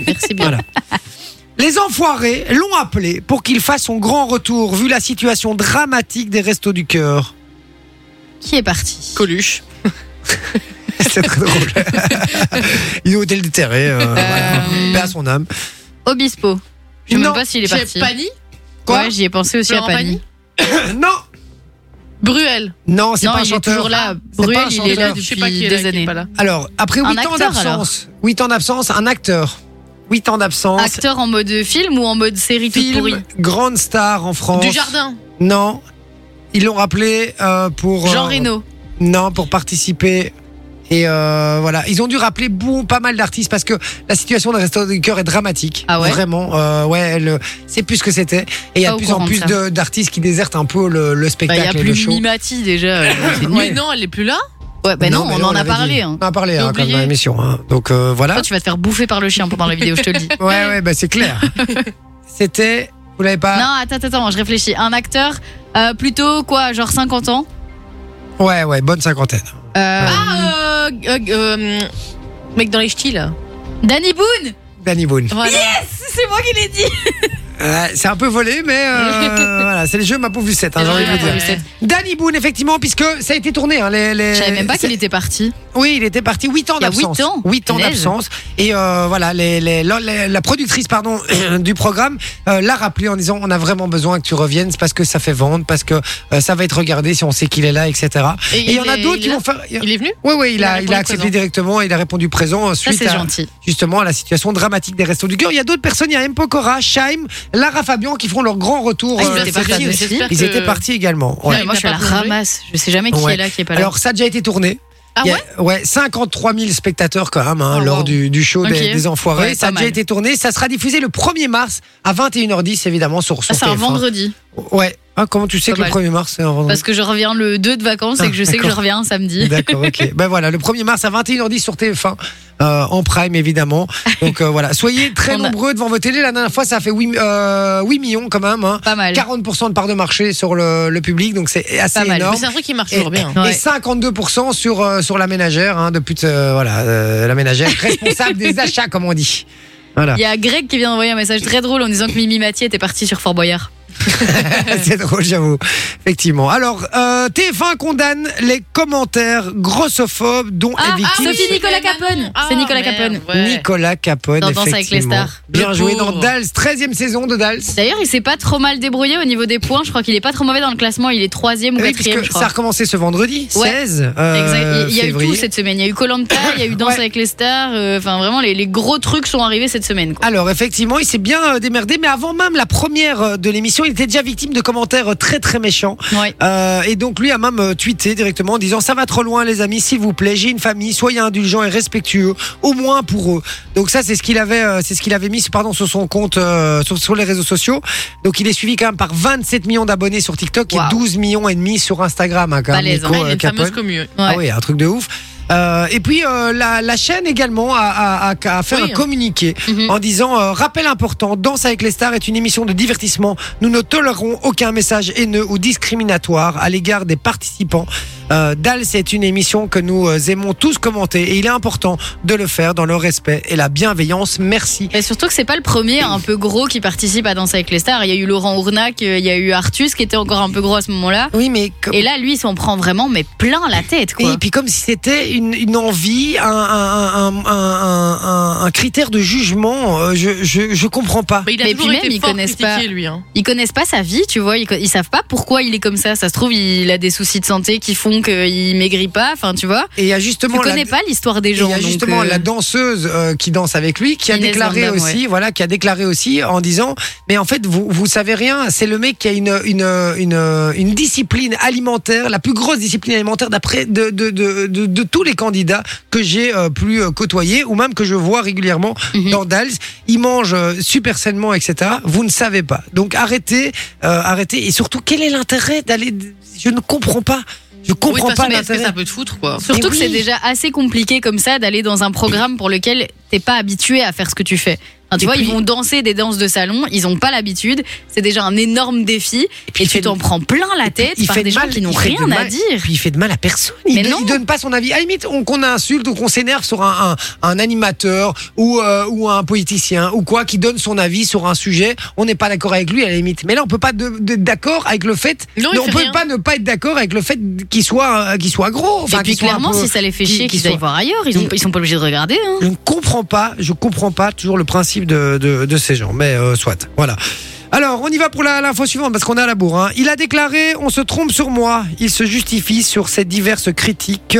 Merci bien.
Voilà. Les enfoirés l'ont appelé pour qu'il fasse son grand retour vu la situation dramatique des restos du cœur.
Qui est parti
Coluche.
C'est très drôle. il est au hôtel déterré. Euh, voilà.
Euh,
Paix à son âme.
Obispo. Je sais
Non,
même pas s'il est parti.
J'ai Pani.
Quoi
ouais, j'y ai pensé aussi
Florent
à Pani.
Pagny
Non
Bruel.
Non, c'est
non,
pas un
il est
chanteur.
toujours là.
C'est
Bruel,
pas un
il est là
chanteur.
Je sais
depuis
pas qui est là,
des
qui est
années.
pas là.
Alors, après
Un
8 ans
acteur,
d'absence, 8 ans d'absence, un acteur. 8 ans d'absence.
Acteur en mode film ou en mode série toute pourrie
Film, grande star en France.
Du jardin.
Non. Ils l'ont rappelé euh, pour.
Jean
euh,
Reno.
Non, pour participer. Et euh, voilà, ils ont dû rappeler bon, pas mal d'artistes parce que la situation des restos du cœur est dramatique.
Ah ouais
Vraiment, euh, ouais, le- c'est plus ce que c'était. Et il y a de
Pas au
plus en
courant de
plus
ça.
de- d'artistes qui désertent un peu le, le
Bah,
spectacle
Il y a
et le
plus
show.
Mimati déjà. euh, c'est nul.
Mais non, elle est plus là.
Ouais, bah non,
mais
on
là,
en a
l'avait
parlé.
dit.
hein.
On en a parlé
J'ai
hein, quand même
oublié.
dans l'émission. hein. Donc euh, voilà.
Toi, tu vas te faire bouffer par le chien pendant la vidéo, je te le dis.
Ouais, ouais, bah, c'est clair. c'était. Vous l'avez pas
Non, attends, attends, je réfléchis. Un acteur, euh, plutôt quoi, genre 50 ans
Ouais, ouais, bonne cinquantaine.
Euh, ah,
Ah, euh, euh, euh, mec dans les ch'tis là.
Danny Boone
Danny Boone.
Voilà.
C'est moi qui l'ai dit
Euh, c'est un peu volé, mais euh, voilà, c'est les jeux ma pauvre Lucette, hein, j'ai envie de vous
Ouais.
dire. Danny Boone, effectivement, puisque ça a été tourné. Hein, les, les-
Je savais même pas qu'il
c'est-
était parti.
Oui, il était parti 8 ans
Il y a
d'absence.
huit ans.
8 ans
Punaise.
d'absence. Et euh, voilà, les, les- la, la- la productrice pardon, du programme euh, l'a rappelé en disant on a vraiment besoin que tu reviennes c'est parce que ça fait vendre, parce que euh, ça va être regardé si on sait qu'il est là, etc. Et il y en a
est-
d'autres
il
qui
est
vont
là
faire.
Il est venu
Oui, oui, il
il a
a, il a
répondu
accepté
présent.
directement, il a répondu présent euh,
Ça,
suite
c'est
à,
gentil.
justement à la situation dramatique des Restos du Cœur. Il y a d'autres personnes, il y a M. Pokora, Shaim, Lara Fabian qui feront leur grand retour.
Ah, ils
euh,
étaient
cette
partis
année.
aussi.
J'espère
Ils
que-
étaient partis également.
Non,
Ouais.
mais moi,
Il
je suis
n'a
à la
pas plongé.
ramasse. Je sais jamais qui
Ouais.
est là, qui est pas là.
Alors, ça a déjà été tourné.
Ah
Il y a-
ouais
ouais, 53 000 spectateurs quand même hein,
Ah,
lors
wow.
du, du show des,
Ok.
des Enfoirés.
Ouais,
ça a
pas
déjà
mal.
été tourné. Ça sera diffusé le 1er mars à 21h10 évidemment sur,
Ah,
sur
c'est un
TF1.
vendredi.
Ouais. Ah, comment tu sais
Pas
que le 1er mars c'est un vendredi
Parce que je reviens le 2 de vacances
Ah,
et que je sais que je
d'accord.
reviens un samedi.
D'accord, ok. ben voilà, le 1er mars à 21h10 sur TF1, euh, en prime évidemment. Donc euh, voilà, soyez très
On a-
nombreux devant vos télés. La dernière fois, ça a fait 8, euh, 8 millions quand même. hein.
Pas mal.
40% de part de marché sur le, le public, donc c'est assez
Pas mal.
énorme.
Mais C'est un truc qui marche
Et,
toujours bien.
et
Ouais.
52% sur, euh, sur la ménagère, hein, depuis voilà, euh, la ménagère responsable des achats, comme on dit. Voilà,
Il y a Greg qui vient d'envoyer un message très drôle en disant que Mimi Mathieu était partie sur Fort Boyard.
c'est drôle, j'avoue. Effectivement. Alors, euh, TF1 condamne les commentaires grossophobes dont
Ah,
est victime
Sophie Nicolas Capone.
Ah,
C'est Nicolas Capone.
Nicolas Capone.
Dans Danse avec
effectivement.
les stars.
Bien
Le
joué dans
pauvre.
Dals, 13e saison de Dals.
D'ailleurs, il s'est pas trop mal débrouillé au niveau des points. Je crois qu'il est pas trop mauvais dans le classement. Il est troisième ou
Ah Oui,
quatrième,
puisque
je
ça a
crois.
recommencé ce vendredi,
Ouais.
16 euh,
Exact. Il y a eu
février.
tout cette semaine. Il y a eu Colanta, il y a eu Danse
Ouais.
avec les stars. euh, Enfin, vraiment, les, les gros trucs sont arrivés cette semaine. quoi.
Alors effectivement, il s'est bien euh, démerdé, mais avant même la première euh, de l'émission, il était déjà victime de commentaires euh, très très méchants.
Ouais.
Euh, et donc lui a même euh, tweeté directement en disant ça va trop loin les amis, s'il vous plaît, j'ai une famille, soyez indulgents et respectueux, au moins pour eux. Donc ça c'est ce qu'il avait, euh, c'est ce qu'il avait mis pardon sur son compte, euh, sur, sur les réseaux sociaux. Donc il est suivi quand même par 27 millions d'abonnés sur TikTok
Waouh.
et 12 millions et demi sur Instagram. hein, quand même,
Balèze,
Nico,
Ah, il
euh,
est une fameuse
Capone.
commune.
Ah oui, un truc de ouf. Euh, et puis euh, la, la chaîne également a, a, a- a fait
Oui.
un communiqué
Mhm.
en disant euh, rappel important, Danse avec les stars est une émission de divertissement. Nous ne tolérerons aucun message haineux ou discriminatoire à l'égard des participants. Euh, Dal, c'est une émission que nous euh, aimons tous commenter et il est important de le faire dans le respect et la bienveillance. Merci.
Et surtout que c'est pas le premier un peu gros qui participe à Danse avec les stars. Il y a eu Laurent Ournac, euh, il y a eu Artus qui était encore un peu gros à ce moment-là.
Oui, mais
Et là, lui, il s'en prend vraiment mais plein la tête. Quoi.
Et puis comme si c'était une, une envie, un, un, un, un- un- un critère de jugement, euh, je, je, je comprends pas.
Mais il a
Mais
toujours
puis
été
même, ils
fort
connaissent
critiqué,
pas.
lui. hein.
Ils connaissent pas sa vie, tu vois. Ils, co- ils savent pas pourquoi il est comme ça. Ça se trouve, il a des soucis de santé qui font qu'il maigrit pas. Enfin, tu vois.
Et il y a
Tu
justement la-
connais pas l'histoire des
et il
gens.
y a
donc,
justement
euh,
la danseuse euh, qui danse avec lui, qui a
Inès
déclaré
Vandamme,
aussi, voilà, qui a déclaré aussi en disant, mais en fait vous vous savez rien, c'est le mec qui a une une une, une discipline alimentaire, la plus grosse discipline alimentaire d'après de de, de, de de tous les candidats que j'ai euh, plus euh, côtoyés ou même que je vois régulièrement
Mhm.
dans Dals. Ils mangent euh, super sainement, etc. Vous ne savez pas, donc arrêtez, euh, arrêtez et surtout quel est l'intérêt d'aller, je ne comprends pas, je
Oui,
comprends
de toute
pas
façon, mais est-ce que
l'intérêt.
ça peut te foutre, quoi
Surtout
Mais
que c'est
oui.
déjà assez compliqué comme ça d'aller dans un programme pour lequel t'es pas habitué à faire ce que tu fais. Enfin, tu
Et
vois, ils
puis-
vont danser des danses de salon, ils ont pas l'habitude, c'est déjà un énorme défi,
puis
et
il
tu
fait-
t'en prends plein la tête
il
par
fait
des
de
gens
mal,
qui n'ont
il fait
rien
de
à
mal,
dire.
Puis il fait de mal à personne.
Mais
Il, ne
non.
donne pas son avis. À la limite, on- qu'on insulte ou qu'on s'énerve sur un, un, un animateur ou, euh, ou un politicien ou quoi qui donne son avis sur un sujet, on n'est pas d'accord avec lui à la limite. Mais là, on peut pas de- de- être d'accord avec le fait.
Non, il
on
fait
peut
rien.
pas ne pas être d'accord avec le fait qu'il soit euh, qu'il soit gros.
et puis
qu'il soit un
clairement,
peu-
si ça les fait
qui-
chier,
qui
qu'ils aillent
soit-
voir ailleurs, ils, ont, ils sont pas obligés de regarder. hein.
je ne comprends pas, je comprends pas toujours le principe de, de, de ces gens, mais euh, soit. Voilà. Alors, on y va pour la- l'info suivante parce qu'on est à la bourre. hein. Il a déclaré On se trompe sur moi. Il se justifie sur ses diverses critiques,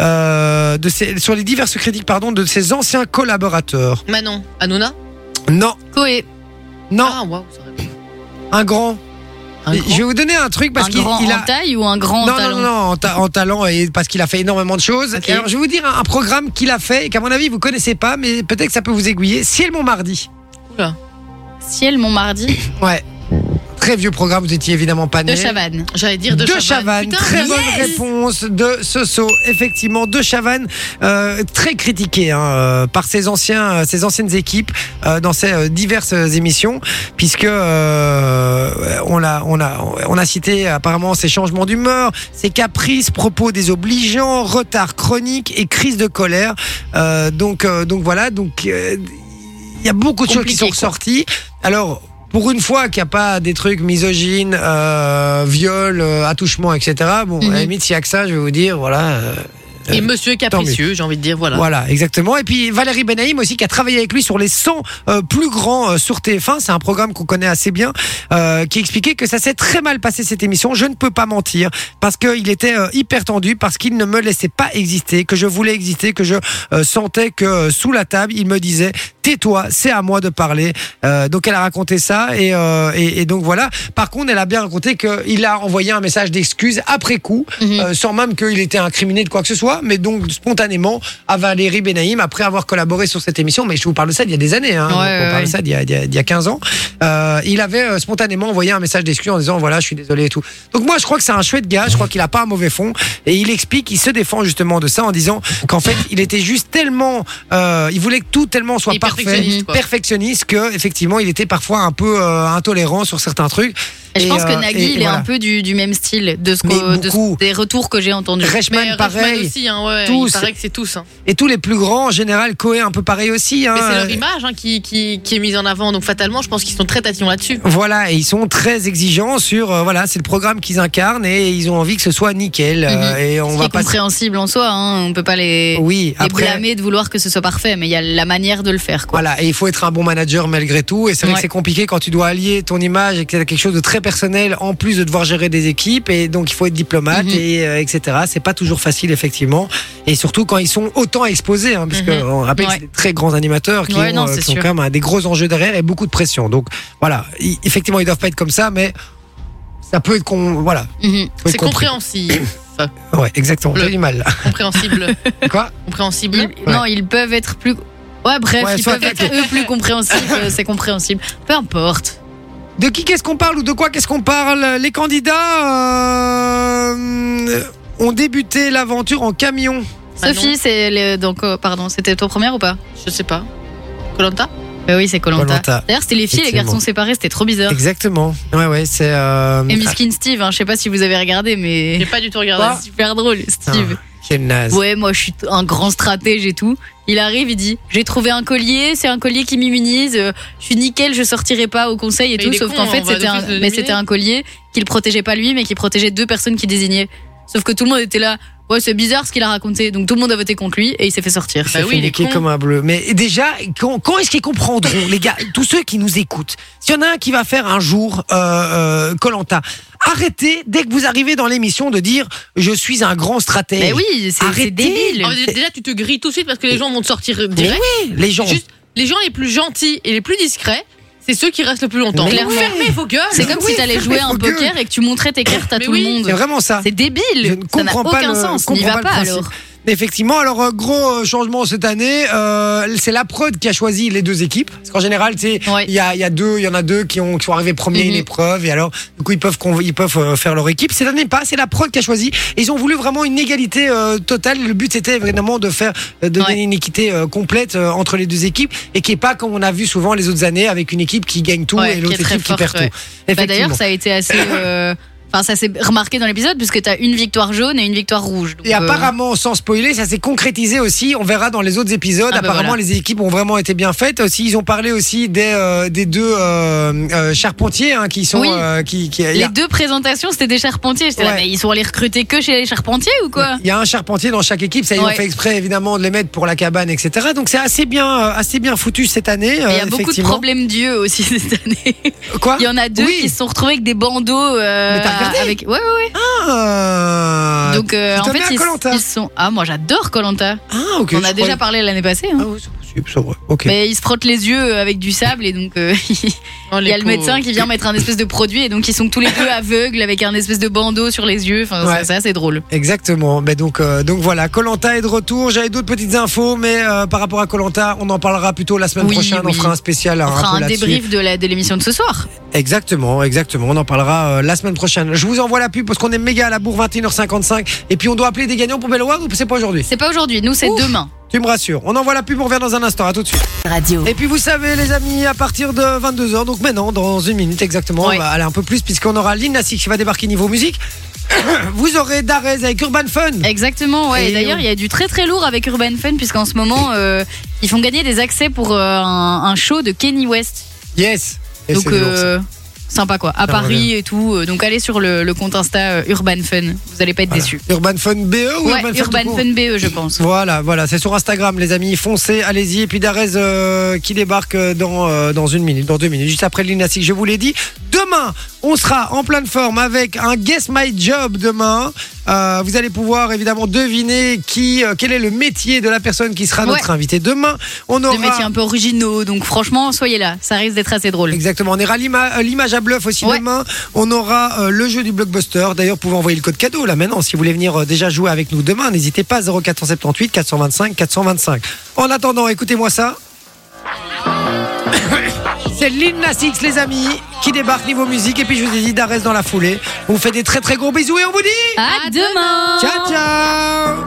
euh, de ses- sur les diverses critiques pardon, de ses anciens collaborateurs.
Manon, Hanouna
Non,
Coé,
non,
Ah, waouh, ça aurait-
un grand.
Un
Je
grand.
vais vous donner un truc parce
Ah. un
qu'il
grand
il a.
en taille ou un grand
non,
en talent
non, non, non, en, ta- en talent et parce qu'il a fait énormément de choses.
Ok.
Et alors, je vais vous dire un, un programme qu'il a fait et qu'à mon avis, vous connaissez pas, mais peut-être que ça peut vous aiguiller. Ciel mon mardi.
Ciel, mon mardi,
Ouais. Très vieux programme, vous étiez évidemment pas né.
de Chavannes.
J'allais dire de,
De Chavannes,
Putain,
très
yes
bonne réponse de Soso. Effectivement, De Chavannes, euh, très critiqué hein, euh, par ses anciens, euh, ses anciennes équipes euh, dans ses euh, diverses émissions, puisque euh, on l'a, on a, on a cité apparemment ses changements d'humeur, ses caprices, propos désobligeants, retard chronique et crise de colère. Euh, donc, euh, donc voilà, donc euh, il y a beaucoup de choses qui
Compliqué,
sont
quoi.
ressorties. Alors. pour une fois qu'il n'y a pas des trucs misogynes, euh, viol, euh, attouchement, etc. Bon, à
Mhm.
la limite, s'il y a que ça, je vais vous dire, voilà. euh,
Et monsieur capricieux, j'ai envie de dire, voilà.
Voilà, exactement. Et puis Valérie Benaïm aussi qui a travaillé avec lui sur les 100 euh, plus grands euh, sur TF1. C'est un programme qu'on connaît assez bien, euh, qui expliquait que ça s'est très mal passé cette émission. Je ne peux pas mentir parce qu'il était euh, hyper tendu, parce qu'il ne me laissait pas exister, que je voulais exister, que je euh, sentais que euh, sous la table, il me disait tais-toi, c'est à moi de parler. Euh, donc elle a raconté ça et, euh, et, et donc voilà. Par contre, elle a bien raconté qu'il a envoyé un message d'excuse après coup,
Mhm.
euh, sans même qu'il était incriminé de quoi que ce soit, mais donc spontanément à Valérie Benaïm après avoir collaboré sur cette émission. Mais je vous parle de ça il y a des années, hein,
Ouais,
on
ouais,
parle
ouais.
de ça il y, a, il y a- il y a 15 ans. Euh, il avait euh, spontanément envoyé un message d'excuse en disant voilà, je suis désolé et tout. Donc moi, je crois que c'est un chouette gars, je crois qu'il a pas un mauvais fond et il explique, il se défend justement de ça en disant qu'en fait, il était juste tellement, euh, il voulait que tout tellement soit
Et
parfait
perfectionniste, quoi.
perfectionniste que effectivement il était parfois un peu euh, intolérant sur certains trucs.
Et je
Et,
pense que
euh,
Nagui,
et- et
il est
voilà.
un peu du, du même style de ce
Mais
qu'au- de ce-
beaucoup.
des retours que j'ai entendus.
Reichmann,
Mais Reichmann
pareil.
aussi, hein, ouais,
Tous.
il paraît que c'est tous. hein.
Et tous les plus grands, en général, Coé un peu pareil aussi. Hein.
Mais c'est leur image hein, qui, qui, qui est mise en avant, donc fatalement, je pense qu'ils sont très tatillons là-dessus.
Voilà, et ils sont très exigeants sur euh, voilà, c'est le programme qu'ils incarnent et ils ont envie que ce soit nickel euh, et on
Mhm. Ce qui
va
est
pas
compréhensible en soi, hein, on peut pas les,
oui,
les
après
blâmer de vouloir que ce soit parfait, mais il y a la manière de le faire. Quoi.
Voilà, et il faut être un bon manager malgré tout. Et c'est vrai
Ouais.
que c'est compliqué quand tu dois allier ton image et que t'as quelque chose de très personnel en plus de devoir gérer des équipes. Et donc il faut être diplomate
Mhm.
et euh, etc. C'est pas toujours facile effectivement. Et surtout quand ils sont autant exposés, hein, puisque
Mhm.
on rappelle que
Ouais.
c'est des très grands animateurs qui,
Ouais,
ont,
non,
euh,
c'est
qui ont
sûr.
quand même euh, des gros enjeux derrière et beaucoup de pression. Donc voilà, i- effectivement ils doivent pas être comme ça, mais ça peut être con. Voilà,
Mhm.
faut
C'est
être compris.
compréhensible.
Ouais, exactement.
Le-
J'ai du mal.
compréhensible.
Quoi
compréhensible.
Ils- Non, ils peuvent être plus. Ouais, bref,
Ouais,
ils
soit
peuvent être eux plus compréhensibles, euh, c'est compréhensible. Peu importe.
De qui qu'est-ce qu'on parle ou de quoi qu'est-ce qu'on parle Les candidats euh, ont débuté l'aventure en camion.
Manon.
Sophie, c'est le- donc euh, pardon, c'était ton première ou pas
Je sais pas. Colanta
Bah oui, c'est Colanta.
Koh-Lanta.
D'ailleurs, c'était les filles et les
Effectivement.
garçons séparés, c'était trop bizarre.
Exactement. Ouais, ouais, c'est. Euh...
Et Miskin Steve, hein, je sais pas si vous avez regardé, mais
J'ai pas du tout regardé.
c'est super drôle,
ah,
Steve.
quel naze.
Ouais, moi je suis un grand stratège et tout. Il arrive, il dit J'ai trouvé un collier, c'est un collier qui m'immunise, euh, je suis nickel, je sortirai pas au conseil et
Mais
tout.
il est
Sauf
con,
qu'en
on
fait,
va
c'était
d'office
un,
le
mais
nominer.
c'était un collier qui le protégeait pas lui, mais qui protégeait deux personnes qui désignait. Sauf que tout le monde était là Ouais, c'est bizarre ce qu'il a raconté. Donc tout le monde a voté contre lui et il s'est fait sortir.
Ça
bah oui,
fait
il est
niquer
con.
comme un bleu. Mais déjà, quand, quand est-ce qu'ils comprendront, les gars, tous ceux qui nous écoutent S'il y en a un qui va faire un jour euh, Colanta, arrêtez dès que vous arrivez dans l'émission de dire je suis un grand stratège.
Bah
Mais oui, c'est-
Arrêtez.
c'est débile.
Ah, mais déjà, tu te grilles tout de suite parce que les gens vont te sortir direct.
Les gens.
Juste, les gens les plus gentils et les plus discrets, c'est ceux qui restent le plus longtemps.
Mais
Clairement.
oui.
Fermez vos gueules.
C'est comme si t'allais jouer à un
faut gueuler.
poker et que tu montrais tes cartes à
Mais
tout
oui.
le
C'est
monde.
vraiment ça.
C'est débile.
Je ne
ça n'a
comprends pas
aucun
le-
sens. N'y
comprends
va
pas
pas,
le principe.
alors.
Effectivement, alors euh, gros euh, changement cette année, euh, c'est la prod qui a choisi les deux équipes. Parce qu'en général, tu sais,
Ouais.
il y a, il y a deux, il y en a deux qui, ont, qui sont arrivés premiers à une
Mhm.
épreuve, et alors du coup ils peuvent conv- ils peuvent euh, faire leur équipe. Cette année pas, c'est la prod qui a choisi. Et ils ont voulu vraiment une égalité euh, totale. Le but c'était vraiment de faire euh, de
Ouais.
donner une équité euh, complète euh, entre les deux équipes et qui est pas comme on a vu souvent les autres années avec une équipe qui gagne tout
Ouais,
et
qui
l'autre
est très
équipe qui
forte,
perd
ouais.
tout.
Bah, D'ailleurs,
Effectivement.
ça a été assez. euh, Enfin, ça s'est remarqué dans l'épisode, puisque t'as une victoire jaune et une victoire rouge. Donc,
Et
euh,
apparemment, sans spoiler, ça s'est concrétisé aussi. On verra dans les autres épisodes.
Ah bah
apparemment,
voilà.
les équipes ont vraiment été bien faites. Aussi, ils ont parlé aussi des, euh, des deux euh, euh, charpentiers hein, qui sont.
Oui.
euh, qui, qui- il y
les
a-
deux présentations, c'était des charpentiers. J'étais là,
Ouais.
mais ils sont allés recruter que chez les charpentiers ou quoi
il y a un charpentier dans chaque équipe, ça ils ont
Ouais.
fait exprès évidemment de les mettre pour la cabane, etc. Donc c'est assez bien, euh, assez bien foutu cette année.
Mais Il
euh,
y a beaucoup de
effectivement.
problèmes d'yeux aussi cette année.
Quoi
Il y en a deux
Oui.
qui se sont retrouvés avec des bandeaux. euh,
Mais t'as regardé
avec... Ouais, ouais, ouais.
Ah,
Donc euh,
tu
en
t'en mets
fait,
à
ils,
Koh-Lanta.
ils sont. Ah, moi j'adore Colanta.
ah, ok.
On
je
a déjà Bah,
croyais-
parlé l'année passée. hein.
Ah oui, c'est possible, c'est vrai. Ok.
Mais ils se frottent les yeux euh, avec du sable et donc euh,
Oh,
Il
les
y a le
pauvres.
médecin qui vient mettre un espèce de produit et donc ils sont tous les deux aveugles avec un espèce de bandeau sur les yeux. Enfin,
Ouais.
ça, c'est assez drôle.
Exactement. Mais donc, euh, donc voilà, Colanta est de retour. J'avais d'autres petites infos, mais euh, par rapport à Colanta, on en parlera plutôt la semaine
Oui,
prochaine. On
oui.
fera un spécial.
On fera
peu
un
là-dessus.
débrief de la- de l'émission de, ce soir.
Exactement, exactement. On en parlera euh, la semaine prochaine. Je vous envoie la pub parce qu'on est méga à la bourre 21h55. Et puis on doit appeler des gagnants pour Belle Award ou c'est pas aujourd'hui
C'est pas aujourd'hui, nous c'est
Ouf.
demain.
Tu me rassures. On envoie la pub, on revient dans un instant. À tout de suite.
Radio.
Et puis vous savez, les amis, à partir de 22h, donc maintenant, dans une minute exactement,
Ouais.
on va aller un peu plus puisqu'on aura Lynn Nassik qui va débarquer niveau musique. vous aurez Darez avec Urban Fun.
Exactement, ouais.
Et
Et d'ailleurs,
on-
il y a du très très lourd avec Urban Fun, puisqu'en ce moment, euh, ils font gagner des accès pour euh, un, un show de Kenny West.
Yes. Et
Donc,
c'est lourd, ça.
euh, sympa quoi. À
Ça
Paris et tout. euh, donc, allez sur le, le compte Insta euh, Urban Fun. Vous allez pas être déçus.
Urban Fun BE ou
ouais,
Urban, Fun tout
Urban
court
Fun BE, je pense.
Voilà, voilà, c'est sur Instagram, les amis. Foncez, allez-y. Et puis Darès euh, qui débarque euh, dans, euh, dans une minute, dans deux minutes, juste après le gymnastique, je vous l'ai dit. Demain, on sera en pleine forme avec un Guess My Job demain. Euh, vous allez pouvoir évidemment deviner qui, euh, quel est le métier de la personne qui sera notre
Ouais.
invité demain. On aura
Des métiers un peu originaux. Donc, franchement, soyez là. Ça risque d'être assez drôle.
Exactement. On ira à l'ima- à l'image à bluff aussi
Ouais.
demain. On aura euh, le jeu du blockbuster. D'ailleurs, vous pouvez envoyer le code cadeau là maintenant. Si vous voulez venir euh, déjà jouer avec nous demain, n'hésitez pas 0478 425 425. En attendant, écoutez-moi ça. C'est l'Innasix, les amis, qui débarque niveau musique. Et puis, je vous ai dit d'arrêter dans la foulée. On vous fait des très très gros bisous et on vous dit
À demain!
ciao ciao